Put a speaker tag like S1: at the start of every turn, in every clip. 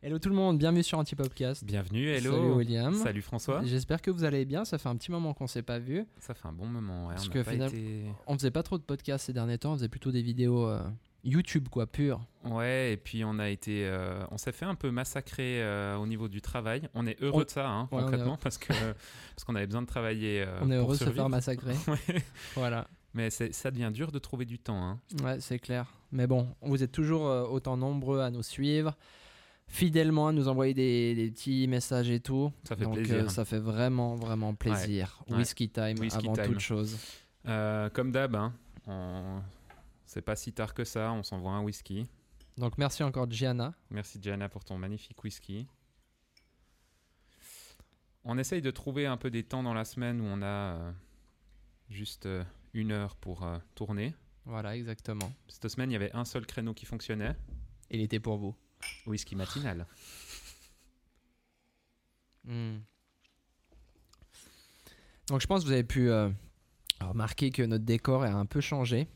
S1: Hello tout le monde, bienvenue sur Antipopcast.
S2: Bienvenue, hello.
S1: Salut William.
S2: Salut François.
S1: J'espère que vous allez bien, ça fait un petit moment qu'on s'est pas vu.
S2: Ça fait un bon moment, ouais.
S1: Parce
S2: on a
S1: que
S2: pas
S1: finalement-
S2: été-
S1: On faisait pas trop de podcasts ces derniers temps, on faisait plutôt des vidéos euh, YouTube quoi, pure.
S2: Ouais, et puis on a été, euh, on s'est fait un peu massacrer euh, au niveau du travail. On est heureux
S1: On-
S2: de ça, hein,
S1: Ouais, on est
S2: concrètement, parce que parce qu'on avait besoin de travailler. euh,
S1: on est
S2: pour
S1: heureux de se
S2: survivre.
S1: faire massacrer.
S2: Ouais.
S1: voilà.
S2: Mais c'est- ça devient dur de trouver du temps. hein.
S1: Ouais, c'est clair. Mais bon, vous êtes toujours euh, autant nombreux à nous suivre, fidèlement à nous envoyer des, des petits messages et tout.
S2: Ça fait
S1: Donc
S2: plaisir.
S1: euh, ça fait vraiment, vraiment plaisir.
S2: Ouais.
S1: Whisky time
S2: Whisky
S1: avant
S2: time.
S1: toute chose.
S2: Euh, comme d'hab, hein, on- c'est pas si tard que ça. On s'envoie un whisky.
S1: Donc merci encore Gianna.
S2: Merci Gianna pour ton magnifique whisky. On essaye de trouver un peu des temps dans la semaine où on a euh, juste euh, une heure pour euh, tourner.
S1: Voilà, exactement.
S2: Cette semaine, il y avait un seul créneau qui fonctionnait,
S1: Il était pour vous.
S2: whisky matinal.
S1: Hmm. Donc je pense que vous avez pu euh, remarquer que notre décor a un peu changé.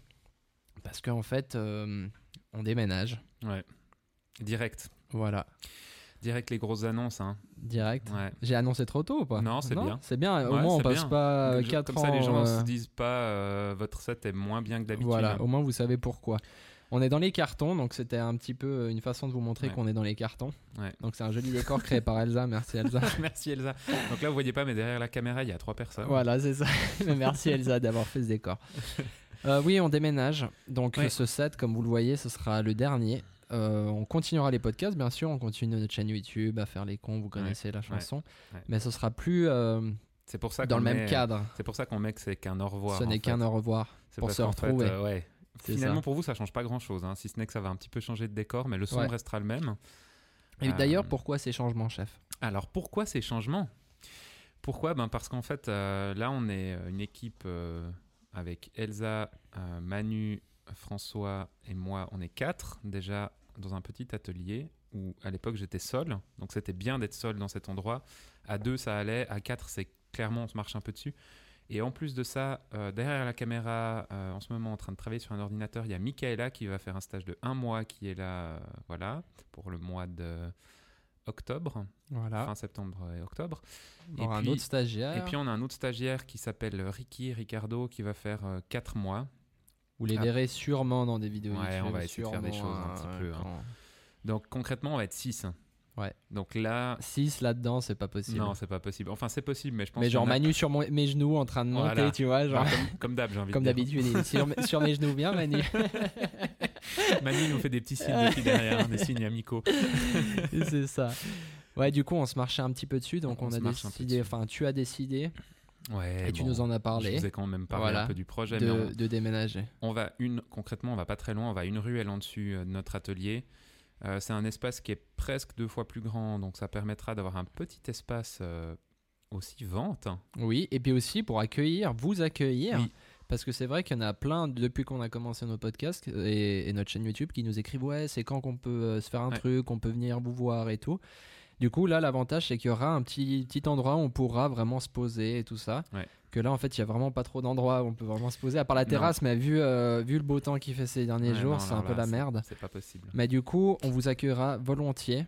S1: Parce qu'en fait, euh, on déménage.
S2: Ouais. Direct.
S1: Voilà.
S2: Direct les grosses annonces. Hein.
S1: Direct.
S2: Ouais.
S1: J'ai annoncé trop tôt ou pas
S2: Non, c'est bien.
S1: C'est bien, au
S2: Ouais,
S1: moins on
S2: c'est
S1: passe
S2: bien.
S1: pas
S2: Donc, je-
S1: 4
S2: comme
S1: ans.
S2: ça, les gens
S1: euh,
S2: se disent hein. pas euh, votre set est moins bien que d'habitude.
S1: voilà, au moins vous savez pourquoi. On est dans les cartons, donc c'était un petit peu une façon de vous montrer
S2: Ouais.
S1: qu'on est dans les cartons.
S2: Ouais.
S1: Donc c'est un joli décor créé par Elsa, merci Elsa.
S2: Merci Elsa. Donc là, vous voyez pas, mais derrière la caméra, il y a trois personnes.
S1: Voilà, c'est ça. Mais Merci Elsa d'avoir fait ce décor. Euh, oui, on déménage. Donc
S2: Ouais.
S1: ce set, comme vous le voyez, ce sera le dernier. Euh, on continuera les podcasts, bien sûr. On continue notre chaîne YouTube à faire les cons. Vous connaissez la chanson,
S2: ouais.
S1: mais ce sera plus euh,
S2: C'est pour ça
S1: dans
S2: qu'on
S1: le même
S2: met-
S1: cadre.
S2: C'est pour ça qu'on met que c'est qu'un au revoir.
S1: ce
S2: en
S1: n'est
S2: fait.
S1: qu'un au revoir.
S2: C'est
S1: pour
S2: parce
S1: se
S2: qu'en fait,
S1: retrouver.
S2: euh, ouais.
S1: C'est
S2: Finalement,
S1: ça.
S2: pour vous, ça change pas grand chose, si ce n'est que ça va un petit peu changer de décor, mais le son
S1: Ouais.
S2: restera le même.
S1: Et
S2: Euh,
S1: d'ailleurs, pourquoi ces changements, chef
S2: Alors, pourquoi ces changements Pourquoi ben Parce qu'en fait, euh, là, on est une équipe euh, avec Elsa, euh, Manu, François et moi. On est quatre déjà dans un petit atelier où à l'époque j'étais seul. Donc, c'était bien d'être seul dans cet endroit. À deux, ça allait. À quatre, c'est clairement, on se marche un peu dessus. Et en plus de ça, euh, derrière la caméra, euh, en ce moment en train de travailler sur un ordinateur, il y a Michaela qui va faire un stage de un mois qui est là, euh, voilà, pour le mois de octobre
S1: Voilà.
S2: fin septembre euh, et octobre.
S1: Bon, un
S2: puis-
S1: autre stagiaire.
S2: Et puis on a un autre stagiaire qui s'appelle Ricky Ricardo qui va faire 4 mois.
S1: vous les
S2: Ah.
S1: verrez sûrement dans des vidéos
S2: Ouais,
S1: YouTube.
S2: on va essayer de faire des
S1: sûrement,
S2: choses un petit
S1: euh,
S2: peu, hein.
S1: quand-
S2: Donc concrètement, on va être 6.
S1: Ouais.
S2: Donc là,
S1: 6 là-dedans, c'est pas possible.
S2: non, c'est pas possible. Enfin, c'est possible, mais je pense
S1: mais
S2: qu'il
S1: genre
S2: y en a-
S1: Manu sur mon- mes genoux en train de monter,
S2: Voilà.
S1: tu vois, genre.
S2: Enfin, comme, comme d'hab, j'ai envie
S1: Comme
S2: de dire.
S1: d'habitude, il est sur, sur mes genoux, bien Manu.
S2: Manu nous fait des petits signes depuis derrière, des signes amicaux.
S1: c'est ça. Ouais, du coup, on se marchait un petit peu dessus, donc on,
S2: On
S1: a
S2: se marche un peu
S1: décidé,
S2: dessus.
S1: enfin, tu as décidé,
S2: Ouais,
S1: et, tu
S2: bon,
S1: nous en as
S2: Je
S1: parlé,
S2: vous ai quand même parlé
S1: Voilà.
S2: un peu du projet, mais on-
S1: de, de déménager.
S2: On va une, concrètement, on va pas très loin, on va une ruelle en dessus euh, de notre atelier. Euh, c'est un espace qui est presque deux fois plus grand, donc ça permettra d'avoir un petit espace euh, aussi vente.
S1: Oui, et puis aussi pour accueillir, vous accueillir.
S2: Oui.
S1: Parce que c'est vrai qu'il y en a plein depuis qu'on a commencé nos podcasts et, et notre chaîne YouTube qui nous écrivent Ouais, c'est quand qu'on peut euh, se faire un
S2: Ouais.
S1: truc, qu'on peut venir vous voir et tout. Du coup, là, l'avantage, c'est qu'il y aura un petit, petit endroit où on pourra vraiment se poser et tout ça.
S2: Ouais.
S1: Que là, en fait, il n'y a vraiment pas trop d'endroits où on peut vraiment se poser, à part la
S2: Non.
S1: terrasse, mais vu, euh, vu le beau temps qu'il fait ces derniers
S2: Ouais, non,
S1: jours, c'est un
S2: alors
S1: peu
S2: là,
S1: la
S2: c'est-
S1: merde.
S2: C'est pas possible.
S1: Mais du coup, on vous accueillera volontiers.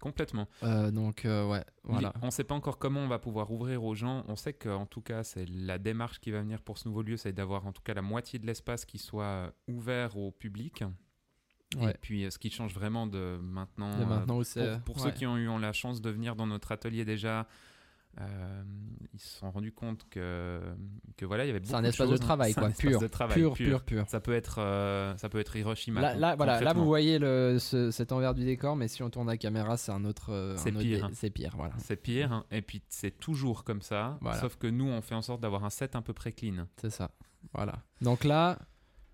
S2: Complètement.
S1: Euh, donc, euh, ouais, voilà.
S2: On sait pas encore comment on va pouvoir ouvrir aux gens. On sait qu'en tout cas, c'est la démarche qui va venir pour ce nouveau lieu, c'est d'avoir en tout cas la moitié de l'espace qui soit euh, ouvert au public.
S1: Ouais.
S2: Et puis, euh, ce qui change vraiment de maintenant,
S1: De
S2: euh,
S1: maintenant où c'est.
S2: Pour, pour ceux
S1: ouais.
S2: qui ont eu ont la chance de venir dans notre atelier déjà, euh, ils se sont rendus compte que, que voilà, il y avait beaucoup
S1: C'est un
S2: de
S1: espace de
S2: choses. hein.
S1: travail,
S2: C'est
S1: quoi.
S2: un espace
S1: Pur,
S2: de travail
S1: pur, pur, pur.
S2: Ça peut être, euh, ça peut être Hiroshima.
S1: Là,
S2: con-
S1: là, voilà, là vous
S2: concrètement.
S1: voyez le, ce- cet envers du décor, mais si on tourne la caméra, c'est un autre. euh, un
S2: C'est
S1: autre
S2: pire,
S1: dé-
S2: hein.
S1: C'est pire, voilà.
S2: C'est pire, hein. et puis c'est toujours comme ça.
S1: Mm. Voilà.
S2: Sauf que nous, on fait en sorte d'avoir un set un peu près clean.
S1: C'est ça. Voilà. Donc là,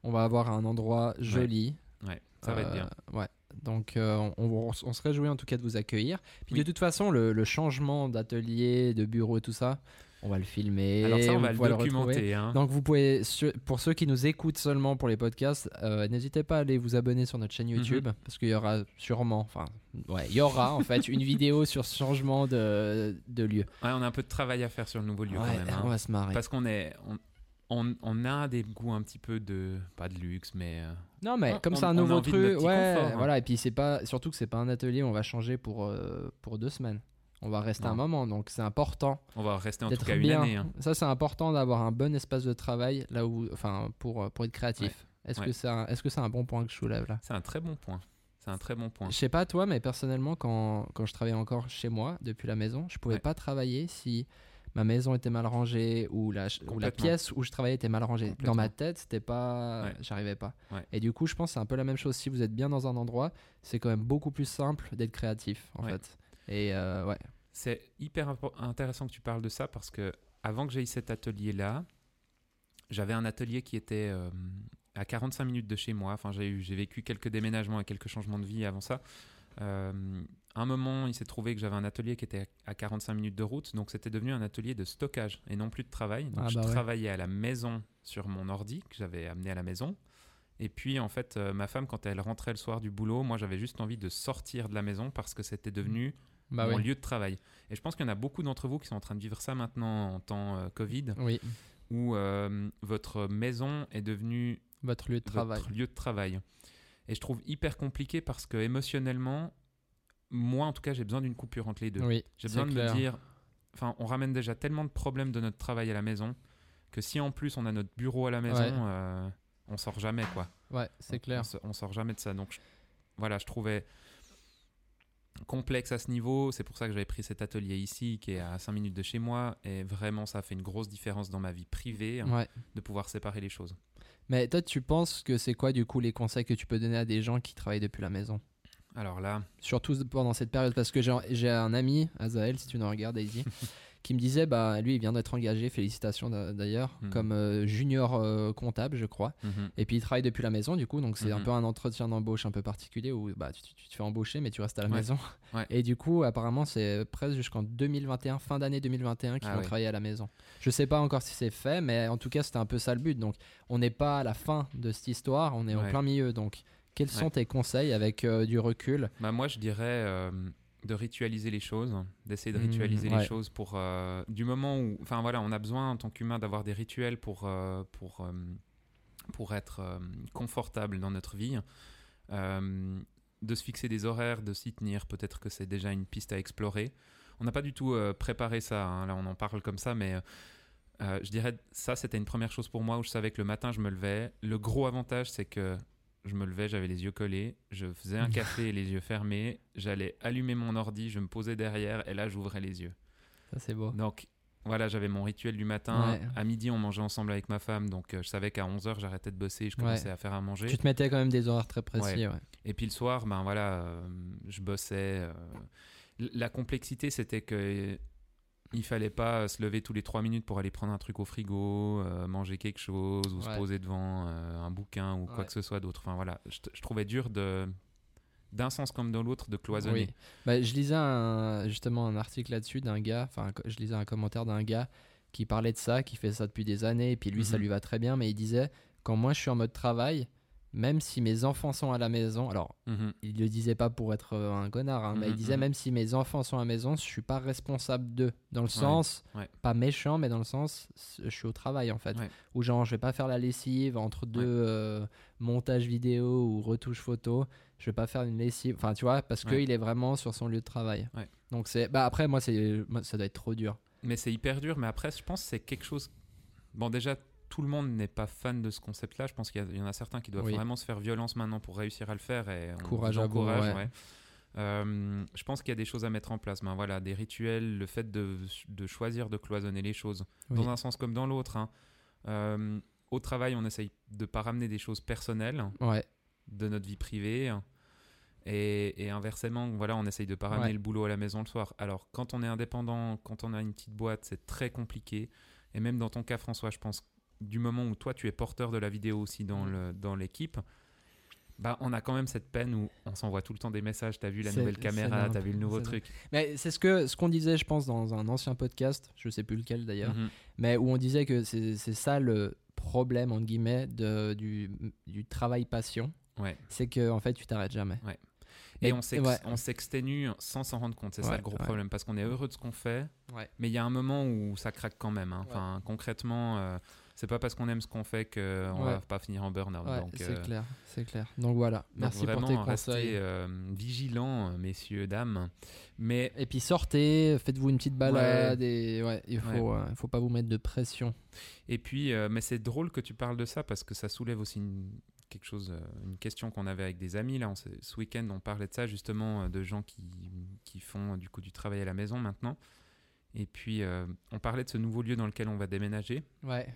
S1: on va avoir un endroit joli.
S2: Ouais, ça va être bien.
S1: Euh, Ouais. Donc euh, on, on- on se réjouit en tout cas de vous accueillir. Puis
S2: Oui.
S1: de toute façon, le, le changement d'atelier, de bureau, tout ça, on va le filmer.
S2: Alors ça, on va
S1: vous
S2: le
S1: pouvez retrouver.
S2: documenter. hein.
S1: Donc vous pouvez, sur- pour ceux qui nous écoutent seulement pour les podcasts, euh, n'hésitez pas à aller vous abonner sur notre chaîne
S2: Mhm.
S1: YouTube parce qu'il y aura sûrement, enfin, ouais, il y aura en fait une vidéo sur ce changement de, de lieu.
S2: Ouais, on a un peu de travail à faire sur le nouveau lieu
S1: Ouais,
S2: quand même. hein.
S1: on va se marrer.
S2: Parce qu'on est, on, on- on a des goûts un petit peu de, pas de luxe, mais euh,
S1: Non, mais
S2: On-
S1: comme
S2: on-
S1: c'est un
S2: on a
S1: nouveau
S2: envie de notre
S1: truc,
S2: petit
S1: ouais,
S2: confort, hein.
S1: voilà. Et puis c'est pas, surtout que c'est pas un atelier, on va changer pour, euh, pour deux semaines. On va rester
S2: Non.
S1: un moment, donc c'est important
S2: On va rester en tout
S1: d'être
S2: cas une
S1: bien.
S2: année. hein.
S1: Ça, c'est important d'avoir un bon espace de travail là où, enfin, pour, euh, pour être créatif. Est-ce
S2: Ouais.
S1: que c'est un, est-ce que c'est un bon point que je soulève là
S2: C'est un très bon point. C'est un très bon point.
S1: Je sais pas toi, mais personnellement, quand, quand je travaillais encore chez moi depuis la maison, je pouvais
S2: Ouais.
S1: pas travailler si ma maison était mal rangée ou la, ch- ou la
S2: Complètement.
S1: pièce où je travaillais était mal rangée. Dans ma
S2: Complètement.
S1: tête, c'était pas,
S2: Ouais.
S1: j'arrivais pas.
S2: Ouais.
S1: Et du coup, je pense que c'est un peu la même chose. Si vous êtes bien dans un endroit, c'est quand même beaucoup plus simple d'être créatif en
S2: Ouais.
S1: fait. Et euh, ouais,
S2: C'est hyper impo- intéressant que tu parles de ça parce que avant que j'aille cet atelier-là, j'avais un atelier qui était euh, à 45 minutes de chez moi. Enfin, j'ai eu- j'ai vécu quelques déménagements et quelques changements de vie avant ça. Euh, à un moment, il s'est trouvé que j'avais un atelier qui était à à 45 minutes de route, donc c'était devenu un atelier de stockage et non plus de travail. Donc
S1: Ah
S2: je
S1: bah ouais.
S2: travaillais à la maison sur mon ordi que j'avais amené à la maison. Et puis en fait, euh, ma femme, quand elle rentrait le soir du boulot, moi j'avais juste envie de sortir de la maison parce que c'était devenu
S1: bah
S2: mon
S1: oui.
S2: lieu de travail. Et je pense qu'il y en a beaucoup d'entre vous qui sont en train de vivre ça maintenant en temps euh, Covid,
S1: Oui,
S2: où euh, votre maison est devenue
S1: votre lieu de travail.
S2: votre lieu de travail. Et je trouve hyper compliqué parce que émotionnellement, moi en tout cas, j'ai besoin d'une coupure entre les deux.
S1: Oui,
S2: j'ai
S1: c'est
S2: besoin de
S1: clair.
S2: me dire, enfin, on ramène déjà tellement de problèmes de notre travail à la maison que si en plus on a notre bureau à la maison,
S1: Ouais.
S2: euh, on sort jamais quoi.
S1: Ouais, c'est
S2: On-
S1: clair.
S2: On, se- on sort jamais de ça. Donc je- voilà, je trouvais complexe à ce niveau. C'est pour ça que j'avais pris cet atelier ici, qui est à 5 minutes de chez moi. Et vraiment, ça a fait une grosse différence dans ma vie privée hein,
S1: Ouais.
S2: de pouvoir séparer les choses.
S1: Mais toi, tu penses que c'est quoi, du coup, les conseils que tu peux donner à des gens qui travaillent depuis la maison
S2: Alors là,
S1: Surtout pendant cette période, parce que j'ai j'ai un ami, Azael, si tu nous regardes, Daisy, qui me disait, bah, lui, il vient d'être engagé, félicitations d'a- d'ailleurs,
S2: Mhm.
S1: comme euh, junior euh, comptable, je crois.
S2: mhm,
S1: Et puis il travaille depuis la maison, du coup, donc c'est un
S2: Mhm.
S1: peu un entretien d'embauche un peu particulier où bah, tu, tu te fais embaucher, mais tu restes à la
S2: Ouais.
S1: maison.
S2: Ouais.
S1: Et du coup, apparemment, c'est presque jusqu'en 2021, fin d'année 2021, qu'ils
S2: Ah
S1: vont
S2: ouais.
S1: travailler à la maison. Je sais pas encore si c'est fait, mais en tout cas, c'était un peu ça le but. Donc, on n'est pas à la fin de cette histoire, on est en
S2: Ouais.
S1: plein milieu. Donc, quels sont
S2: Ouais.
S1: tes conseils avec euh, du recul
S2: bah, moi, je dirais euh, de ritualiser les choses, d'essayer de
S1: Mhm,
S2: ritualiser les
S1: ouais.
S2: choses pour euh, du moment où, enfin voilà, on a besoin en tant qu'humain d'avoir des rituels pour euh, pour euh, pour être euh, confortable dans notre vie. Euh, de se fixer des horaires, de s'y tenir, peut-être que c'est déjà une piste à explorer. On n'a pas du tout euh, préparé ça, hein, là on en parle comme ça, mais euh, euh, je dirais ça c'était une première chose pour moi où je savais que le matin je me levais. Le gros avantage c'est que je me levais, j'avais les yeux collés, je faisais un café les yeux fermés, j'allais allumer mon ordi, je me posais derrière et là j'ouvrais les yeux.
S1: Ça, c'est beau.
S2: Donc voilà, j'avais mon rituel du matin.
S1: Ouais.
S2: À midi on mangeait ensemble avec ma femme, donc euh, je savais qu'à 11h j'arrêtais de bosser et je commençais à faire à manger.
S1: Tu te mettais quand même des horaires très précis. ouais.
S2: Et puis le soir, ben voilà, euh, je bossais. euh. L- La complexité, c'était que il fallait pas se lever tous les trois minutes pour aller prendre un truc au frigo, euh, manger quelque chose, ou se
S1: Ouais.
S2: poser devant euh, un bouquin ou quoi
S1: Ouais.
S2: que ce soit d'autre. Enfin voilà, je, t- je trouvais dur de d'un sens comme dans l'autre de cloisonner.
S1: Oui. Bah, je lisais un- justement un article là-dessus d'un gars, enfin un co- je lisais un commentaire d'un gars qui parlait de ça, qui fait ça depuis des années, et puis lui ça
S2: Mhm.
S1: lui va très bien, mais il disait, quand moi je suis en mode travail, même si mes enfants sont à la maison, alors
S2: Mhm.
S1: il le disait pas pour être euh, un connard, hein, mais il
S2: Mhm,
S1: disait
S2: mhm.
S1: même si mes enfants sont à la maison, je suis pas responsable d'eux, dans le
S2: Ouais,
S1: sens,
S2: ouais.
S1: pas méchant, mais dans le sens, c- je suis au travail en fait,
S2: Ouais.
S1: ou genre je vais pas faire la lessive entre deux euh, montages vidéo ou retouches photo, je vais pas faire une lessive, enfin tu vois, parce que
S2: Ouais.
S1: qu'il est vraiment sur son lieu de travail.
S2: Ouais.
S1: Donc c'est, bah après moi c'est, moi, ça doit être trop dur.
S2: Mais c'est hyper dur. Mais après, je pense que c'est quelque chose. Bon, déjà, tout le monde n'est pas fan de ce concept-là. Je pense qu'il y a- il y en a certains qui doivent
S1: Oui.
S2: vraiment se faire violence maintenant pour réussir à le faire. Et on
S1: Courage
S2: vous
S1: à vous,
S2: encourage,
S1: ouais.
S2: ouais. Euh, je pense qu'il y a des choses à mettre en place. Ben voilà, des rituels, le fait de, de choisir de cloisonner les choses,
S1: Oui.
S2: dans un sens comme dans l'autre. hein. Euh, au travail, on essaye de pas ramener des choses personnelles
S1: Ouais,
S2: de notre vie privée. Et, et inversement, voilà, on essaye de pas ramener
S1: Ouais.
S2: le boulot à la maison le soir. Alors, quand on est indépendant, quand on a une petite boîte, c'est très compliqué. Et même dans ton cas, François, je pense, du moment où toi, tu es porteur de la vidéo aussi dans le- dans l'équipe, bah, on a quand même cette peine où on s'envoie tout le temps des messages. T'as vu la
S1: C'est-
S2: nouvelle
S1: c'est
S2: caméra,
S1: dingue.
S2: t'as vu le nouveau
S1: C'est dingue.
S2: truc.
S1: mais c'est ce que ce qu'on disait je pense dans un ancien podcast, je sais plus lequel d'ailleurs,
S2: Mhm.
S1: mais où on disait que c'est c'est ça le problème entre guillemets de, du, du travail passion,
S2: Ouais.
S1: c'est que en fait tu t'arrêtes jamais.
S2: Et
S1: Mais-
S2: on s'ex-
S1: ouais.
S2: on s'exténue sans s'en rendre compte. C'est ça
S1: Ouais,
S2: le gros
S1: ouais.
S2: problème. Parce qu'on est heureux de ce qu'on fait.
S1: Ouais.
S2: Mais il y a un moment où ça craque quand même. hein.
S1: Ouais.
S2: Enfin, concrètement, euh, c'est pas parce qu'on aime ce qu'on fait qu'on
S1: Ouais.
S2: va pas finir en burn-out.
S1: Ouais,
S2: donc,
S1: c'est
S2: euh,
S1: clair, c'est clair. Donc voilà,
S2: donc
S1: merci
S2: vraiment,
S1: pour tes
S2: restez
S1: conseils.
S2: euh, vigilants, euh, messieurs, dames. Mais
S1: Et puis sortez, faites-vous une petite balade et ouais, il faut,
S2: Ouais.
S1: euh, faut pas vous mettre de pression.
S2: Et puis, euh, mais c'est drôle que tu parles de ça parce que ça soulève aussi une, quelque chose, euh, une question qu'on avait avec des amis. Là, on s'est- ce week-end, on parlait de ça justement, euh, de gens qui, qui font euh, du coup du travail à la maison maintenant. Et puis, euh, on parlait de ce nouveau lieu dans lequel on va déménager,
S1: Ouais,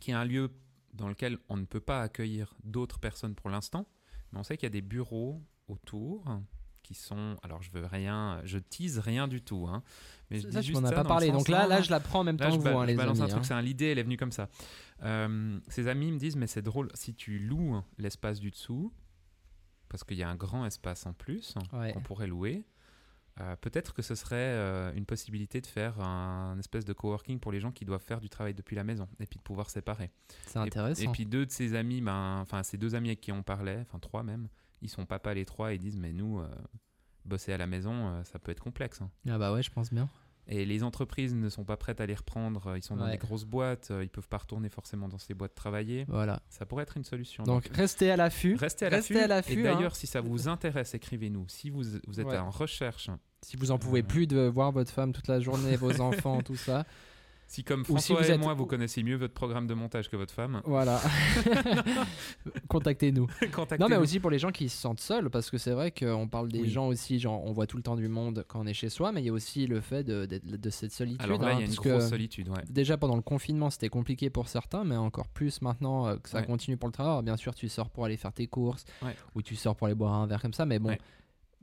S2: qui est un lieu dans lequel on ne peut pas accueillir d'autres personnes pour l'instant, mais on sait qu'il y a des bureaux autour qui sont. Alors, je veux rien, je tease rien du tout, hein, mais je
S1: ça,
S2: dis
S1: tu
S2: juste
S1: m'en as
S2: ça
S1: pas
S2: dans le
S1: parlé.
S2: sens-
S1: Donc là,
S2: Non,
S1: là,
S2: non,
S1: je la prends en même
S2: Là,
S1: temps
S2: je,
S1: que
S2: ba-
S1: vous, hein,
S2: je
S1: les
S2: balance
S1: amis.
S2: un truc,
S1: hein.
S2: c'est un l'idée, elle est venue comme ça. Euh, ses amis me disent, mais c'est drôle, si tu loues l'espace du dessous, parce qu'il y a un grand espace en plus
S1: Ouais.
S2: qu'on pourrait louer, euh, peut-être que ce serait euh, une possibilité de faire un espèce de coworking pour les gens qui doivent faire du travail depuis la maison et puis de pouvoir séparer.
S1: C'est
S2: Et-
S1: intéressant.
S2: Et, puis deux de ses amis, ben, enfin ces deux amis avec qui on parlait, enfin trois même, ils sont papa les trois et disent, mais nous, euh, bosser à la maison, euh, ça peut être complexe. hein.
S1: ah bah ouais, je pense bien.
S2: Et les entreprises ne sont pas prêtes à les reprendre. euh, Ils sont dans
S1: Ouais.
S2: des grosses boîtes. euh, Ils peuvent pas retourner forcément dans ces boîtes travailler.
S1: Voilà.
S2: Ça pourrait être une solution.
S1: Donc restez à l'affût.
S2: restez à
S1: restez
S2: l'affût.
S1: à l'affût, hein.
S2: Et d'ailleurs, si ça vous intéresse, écrivez-nous. Si vous, vous êtes
S1: Ouais.
S2: en recherche,
S1: Si vous en pouvez
S2: Euh.
S1: plus de voir votre femme toute la journée, vos enfants, tout ça.
S2: si comme
S1: Ou si
S2: François
S1: vous
S2: et
S1: êtes-
S2: moi, vous connaissez mieux votre programme de montage que votre femme,
S1: Voilà. Contactez-nous.
S2: contactez-nous.
S1: Non, mais aussi pour les gens qui se sentent seuls, parce que c'est vrai qu'on parle des
S2: Oui.
S1: gens aussi, genre on voit tout le temps du monde quand on est chez soi, mais il y a aussi le fait de, d'être- de cette solitude.
S2: Alors là,
S1: hein,
S2: il y a une
S1: parce
S2: grosse
S1: que
S2: solitude. ouais.
S1: Déjà pendant le confinement, c'était compliqué pour certains, mais encore plus maintenant euh, que ça
S2: Ouais.
S1: continue pour le travail. Alors, Bien sûr, tu sors pour aller faire tes courses
S2: Ouais.
S1: ou tu sors pour aller boire un verre comme ça, mais bon,
S2: Ouais.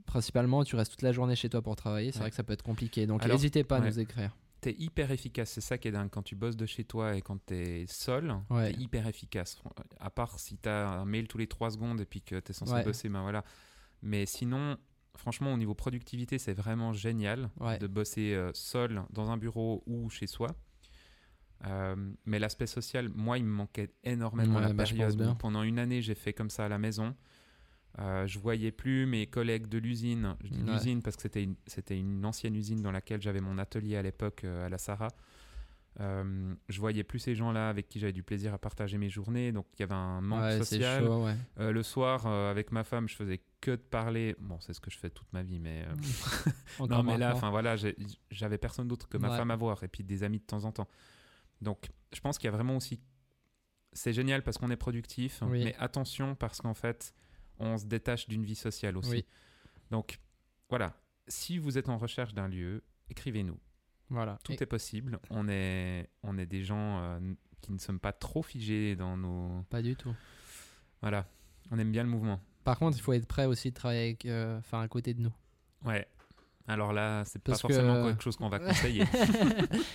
S1: principalement, tu restes toute la journée chez toi pour travailler. C'est
S2: Ouais.
S1: vrai que ça peut être compliqué. Donc
S2: Alors,
S1: n'hésitez pas à
S2: ouais.
S1: nous écrire.
S2: T'es hyper efficace. C'est ça qui est dingue. Quand tu bosses de chez toi et quand t'es seul,
S1: Ouais.
S2: t'es hyper efficace. À part si t'as un mail tous les 3 secondes et puis que t'es censé
S1: Ouais.
S2: bosser, ben voilà. Mais sinon, franchement, au niveau productivité, c'est vraiment génial
S1: Ouais.
S2: de bosser euh, seul dans un bureau ou chez soi. Euh, mais l'aspect social, moi, il me manquait énormément
S1: Ouais,
S2: la
S1: bah, je pense
S2: période.
S1: bien.
S2: où Pendant une année, j'ai fait comme ça à la maison. Euh, je voyais plus mes collègues de l'usine. Je dis
S1: Ouais.
S2: l'usine parce que c'était une, c'était une ancienne usine dans laquelle j'avais mon atelier à l'époque euh, à la Sarah. Euh, je voyais plus ces gens-là avec qui j'avais du plaisir à partager mes journées. Donc il y avait un manque
S1: Ouais, c'est
S2: social.
S1: chaud, ouais.
S2: Euh, le soir, euh, avec ma femme, je faisais que de parler. Bon, c'est ce que je fais toute ma vie, mais euh,
S1: Encore
S2: non, mais là,
S1: maintenant.
S2: enfin voilà, j'ai- j'avais personne d'autre que ma
S1: Ouais.
S2: femme à voir et puis des amis de temps en temps. Donc, je pense qu'il y a vraiment aussi. C'est génial parce qu'on est productif,
S1: Oui.
S2: mais attention parce qu'en fait, on se détache d'une vie sociale aussi.
S1: Oui.
S2: Donc, voilà. Si vous êtes en recherche d'un lieu, écrivez-nous.
S1: voilà.
S2: Tout
S1: Et-
S2: est possible. On est, on est des gens euh, n- qui ne sommes pas trop figés dans nos.
S1: Pas du tout.
S2: Voilà. On aime bien le mouvement.
S1: Par contre, il faut être prêt aussi de travailler avec, euh, enfin, à côté de nous.
S2: Ouais. Alors là, c'est pas
S1: Parce que-
S2: forcément quelque chose qu'on va conseiller.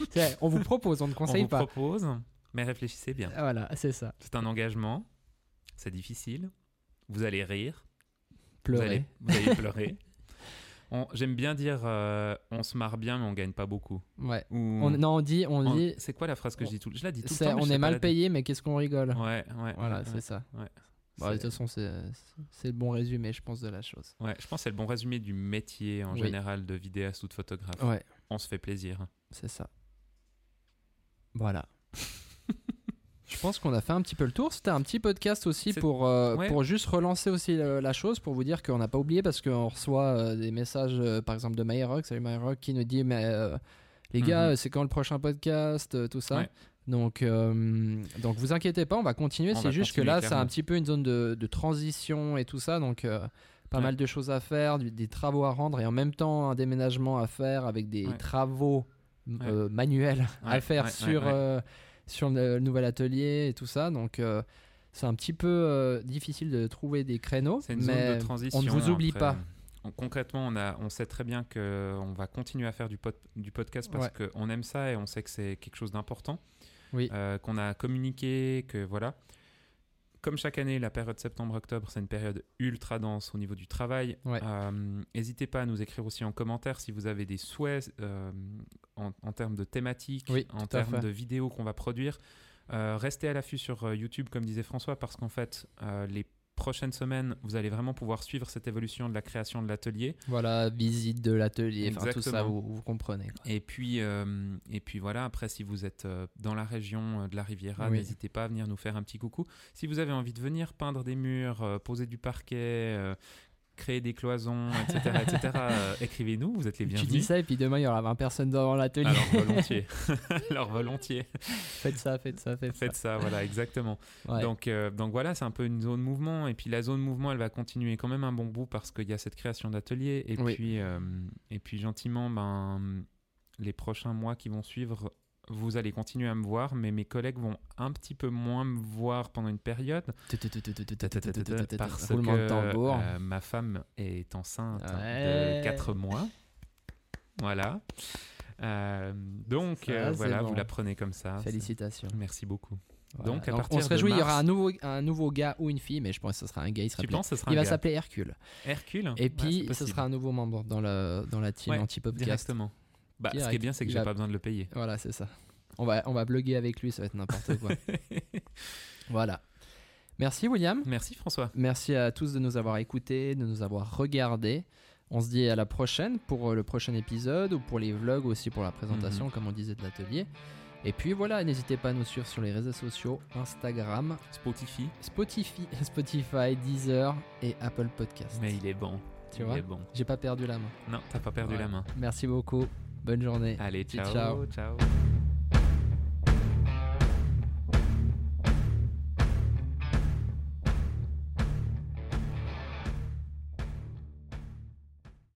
S1: C'est vrai, on vous propose, on ne
S2: on
S1: conseille
S2: vous
S1: pas.
S2: propose, mais réfléchissez bien.
S1: Voilà, c'est ça.
S2: C'est un engagement. C'est difficile. Vous allez rire. Vous allez,
S1: Pleurer.
S2: vous allez pleurer. On- J'aime bien dire euh, on se marre bien, mais on gagne pas beaucoup.
S1: Ouais.
S2: Ou
S1: On, non, on dit, on
S2: on-
S1: dit,
S2: C'est quoi la phrase que
S1: on-
S2: je dis tout Je la dis tout le
S1: c'est,
S2: temps. mais je
S1: on
S2: sais
S1: est
S2: pas
S1: mal
S2: la
S1: payé, mais qu'est-ce qu'on rigole
S2: dire. Ouais, ouais.
S1: Voilà,
S2: ouais,
S1: c'est
S2: ouais.
S1: ça. Bah, de
S2: C'est-
S1: toute façon, c'est, c'est le bon résumé, je pense, de la chose.
S2: ouais, je pense que c'est le bon résumé du métier en
S1: Oui.
S2: général de vidéaste ou de photographe.
S1: Ouais,
S2: On se fait plaisir.
S1: c'est ça. Voilà. Je pense qu'on a fait un petit peu le tour. C'était un petit podcast aussi
S2: C'est-
S1: pour, euh,
S2: Ouais.
S1: pour juste relancer aussi le- la chose, pour vous dire qu'on n'a pas oublié parce qu'on reçoit euh, des messages, euh, par exemple, de Myrock. Salut Myrock qui nous dit Mais euh, les gars,
S2: Mhm.
S1: euh, c'est quand le prochain podcast euh, Tout ça.
S2: Ouais.
S1: Donc, euh, donc vous inquiétez pas, on va continuer.
S2: On
S1: C'est
S2: va
S1: juste que
S2: continuer,
S1: là, c'est un
S2: clairement.
S1: petit peu une zone de, de transition et tout ça. Donc, euh, pas
S2: Ouais.
S1: mal de choses à faire, du- des travaux à rendre et en même temps un déménagement à faire avec des
S2: Ouais.
S1: travaux m-
S2: Ouais.
S1: euh, manuels à
S2: Ouais,
S1: faire
S2: ouais,
S1: sur,
S2: ouais, ouais.
S1: euh, sur le, le nouvel atelier et tout ça. Donc, euh, c'est un petit peu euh, difficile de trouver des créneaux.
S2: C'est une
S1: mais
S2: zone de transition. hein,
S1: on ne vous oublie
S2: après. euh,
S1: pas.
S2: On- concrètement, on, a, on sait très bien qu'on va continuer à faire du, pod- du podcast parce qu'on aime ça et on sait que c'est quelque chose d'important.
S1: Oui.
S2: Euh, qu'on a communiqué, que voilà. Comme chaque année, la période septembre-octobre, c'est une période ultra dense au niveau du travail.
S1: Ouais.
S2: Euh, N'hésitez pas à nous écrire aussi en commentaire si vous avez des souhaits euh, en, en termes de thématiques,
S1: Oui, tout
S2: en
S1: à
S2: termes
S1: fait.
S2: de vidéos qu'on va produire. Euh, restez à l'affût sur euh, YouTube, comme disait François, parce qu'en fait, euh, les prochaines semaines, vous allez vraiment pouvoir suivre cette évolution de la création de l'atelier.
S1: Voilà, visite de l'atelier, enfin tout ça,
S2: Exactement.
S1: vous, vous comprenez. quoi.
S2: Et puis, euh, et puis voilà, après, si vous êtes euh, dans la région euh, de la Riviera,
S1: Oui.
S2: n'hésitez pas à venir nous faire un petit coucou. Si vous avez envie de venir peindre des murs, euh, poser du parquet, euh, créer des cloisons, etc., etc., euh, écrivez-nous, vous êtes les
S1: Tu dis
S2: bienvenus.
S1: ça et puis demain il y aura 20 personnes devant l'atelier.
S2: Alors volontiers, alors volontiers,
S1: faites ça, faites ça, faites,
S2: faites ça, voilà, exactement.
S1: ça. Ouais.
S2: Donc, euh, donc voilà, c'est un peu une zone mouvement. Et puis la zone mouvement, elle va continuer quand même un bon bout parce qu'il y a cette création d'atelier. Et,
S1: Oui.
S2: puis, euh, et puis gentiment, ben, les prochains mois qui vont suivre, vous allez continuer à me voir, mais mes collègues vont un petit peu moins me voir pendant une période. Parce
S1: Roulement de
S2: que,
S1: tambour.
S2: euh, ma femme est enceinte hein,
S1: Ouais.
S2: de 4 mois. Voilà. Euh, donc
S1: Ça,
S2: euh,
S1: c'est
S2: voilà,
S1: bon.
S2: vous la prenez comme ça.
S1: Félicitations.
S2: C'est- Merci beaucoup.
S1: Voilà.
S2: Donc, à
S1: on
S2: partir
S1: se
S2: de
S1: réjouit, il y aura
S2: mars-
S1: un nouveau, un nouveau gars ou une fille, mais je pense que ce sera un gars. Il, sera
S2: Tu
S1: bien.
S2: penses que ce sera
S1: il
S2: un
S1: va
S2: gars
S1: s'appeler Hercule.
S2: Hercule
S1: Et
S2: Ouais,
S1: puis,
S2: c'est
S1: ce
S2: possible.
S1: sera un nouveau membre dans, le, dans la team
S2: Ouais,
S1: anti-podcast.
S2: Directement. Bah, ce qui est
S1: Direct.
S2: bien, c'est que
S1: Il
S2: j'ai
S1: a-
S2: pas besoin de le payer.
S1: Voilà, c'est ça. On va, on va bloguer avec lui, ça va être n'importe quoi. voilà. Merci, William.
S2: Merci François.
S1: Merci à tous de nous avoir écoutés, de nous avoir regardés. On se dit à la prochaine pour euh, le prochain épisode ou pour les vlogs aussi pour la
S2: Mhm.
S1: présentation, comme on disait de l'atelier. Et puis voilà, n'hésitez pas à nous suivre sur les réseaux sociaux, Instagram,
S2: Spotify.
S1: Spotify, Spotify, Deezer et Apple Podcast.
S2: Mais il est bon.
S1: Tu
S2: il
S1: vois
S2: est bon.
S1: J'ai pas perdu la main.
S2: Non, t'as pas perdu
S1: Ouais.
S2: la main.
S1: Merci beaucoup. Bonne journée.
S2: Allez,
S1: Dis ciao.
S2: ciao. ciao.